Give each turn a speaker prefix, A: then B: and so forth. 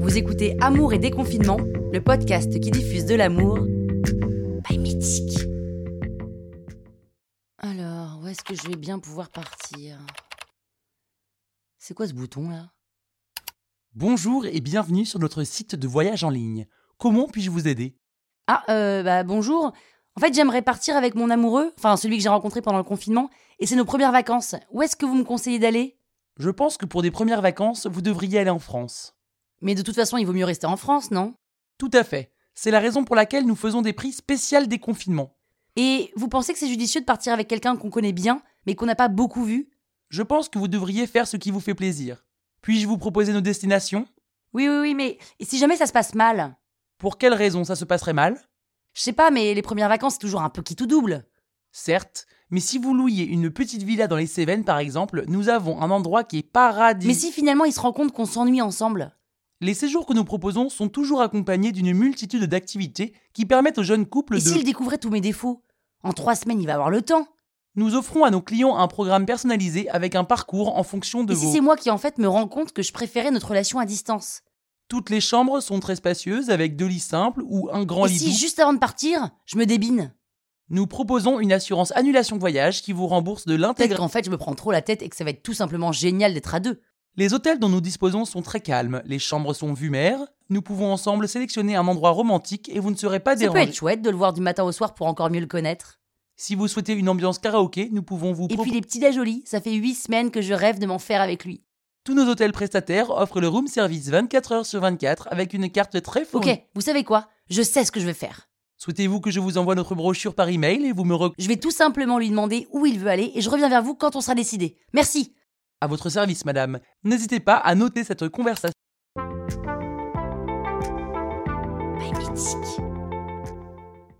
A: Vous écoutez Amour et déconfinement, le podcast qui diffuse de l'amour. By Mythique. Alors, où est-ce que je vais bien pouvoir partir C'est quoi ce bouton là
B: Bonjour et bienvenue sur notre site de voyage en ligne. Comment puis-je vous aider
A: Ah, euh, bah bonjour. En fait, j'aimerais partir avec mon amoureux, enfin celui que j'ai rencontré pendant le confinement, et c'est nos premières vacances. Où est-ce que vous me conseillez d'aller
B: Je pense que pour des premières vacances, vous devriez aller en France.
A: Mais de toute façon, il vaut mieux rester en France, non
B: Tout à fait. C'est la raison pour laquelle nous faisons des prix spécial déconfinement.
A: Et vous pensez que c'est judicieux de partir avec quelqu'un qu'on connaît bien, mais qu'on n'a pas beaucoup vu
B: Je pense que vous devriez faire ce qui vous fait plaisir. Puis-je vous proposer nos destinations
A: Oui, oui, oui, mais et si jamais ça se passe mal
B: Pour quelle raison ça se passerait mal
A: Je sais pas, mais les premières vacances, c'est toujours un peu qui tout double.
B: Certes, mais si vous louiez une petite villa dans les Cévennes par exemple, nous avons un endroit qui est paradis.
A: Mais si finalement il se rend compte qu'on s'ennuie ensemble
B: Les séjours que nous proposons sont toujours accompagnés d'une multitude d'activités qui permettent aux jeunes couples
A: Et
B: de...
A: s'il découvrait tous mes défauts En trois semaines, il va avoir le temps
B: Nous offrons à nos clients un programme personnalisé avec un parcours en fonction de
A: Et
B: vos...
A: si c'est moi qui en fait me rends compte que je préférais notre relation à distance
B: Toutes les chambres sont très spacieuses avec deux lits simples ou un grand
A: Et
B: lit
A: si
B: doux.
A: juste avant de partir, je me débine
B: Nous proposons une assurance annulation voyage qui vous rembourse de
A: Peut-être
B: l'intégralité.
A: qu'en fait, je me prends trop la tête et que ça va être tout simplement génial d'être à deux.
B: Les hôtels dont nous disposons sont très calmes, les chambres sont vues mer, nous pouvons ensemble sélectionner un endroit romantique et vous ne serez pas
A: Ça peut
B: dérangé.
A: être chouette de le voir du matin au soir pour encore mieux le connaître.
B: Si vous souhaitez une ambiance karaoké, nous pouvons vous
A: Et
B: proposer...
A: puis les petits déjolis, ça fait huit semaines que je rêve de m'en faire avec lui.
B: Tous nos hôtels prestataires offrent le room service 24h sur 24 avec une carte très
A: Ok,
B: fournie.
A: vous savez quoi Je sais ce que je vais faire.
B: Souhaitez-vous que je vous envoie notre brochure par email et vous me rec...
A: Je vais tout simplement lui demander où il veut aller et je reviens vers vous quand on sera décidé. Merci
B: À votre service, madame. N'hésitez pas à noter cette conversation.
A: Magnétique.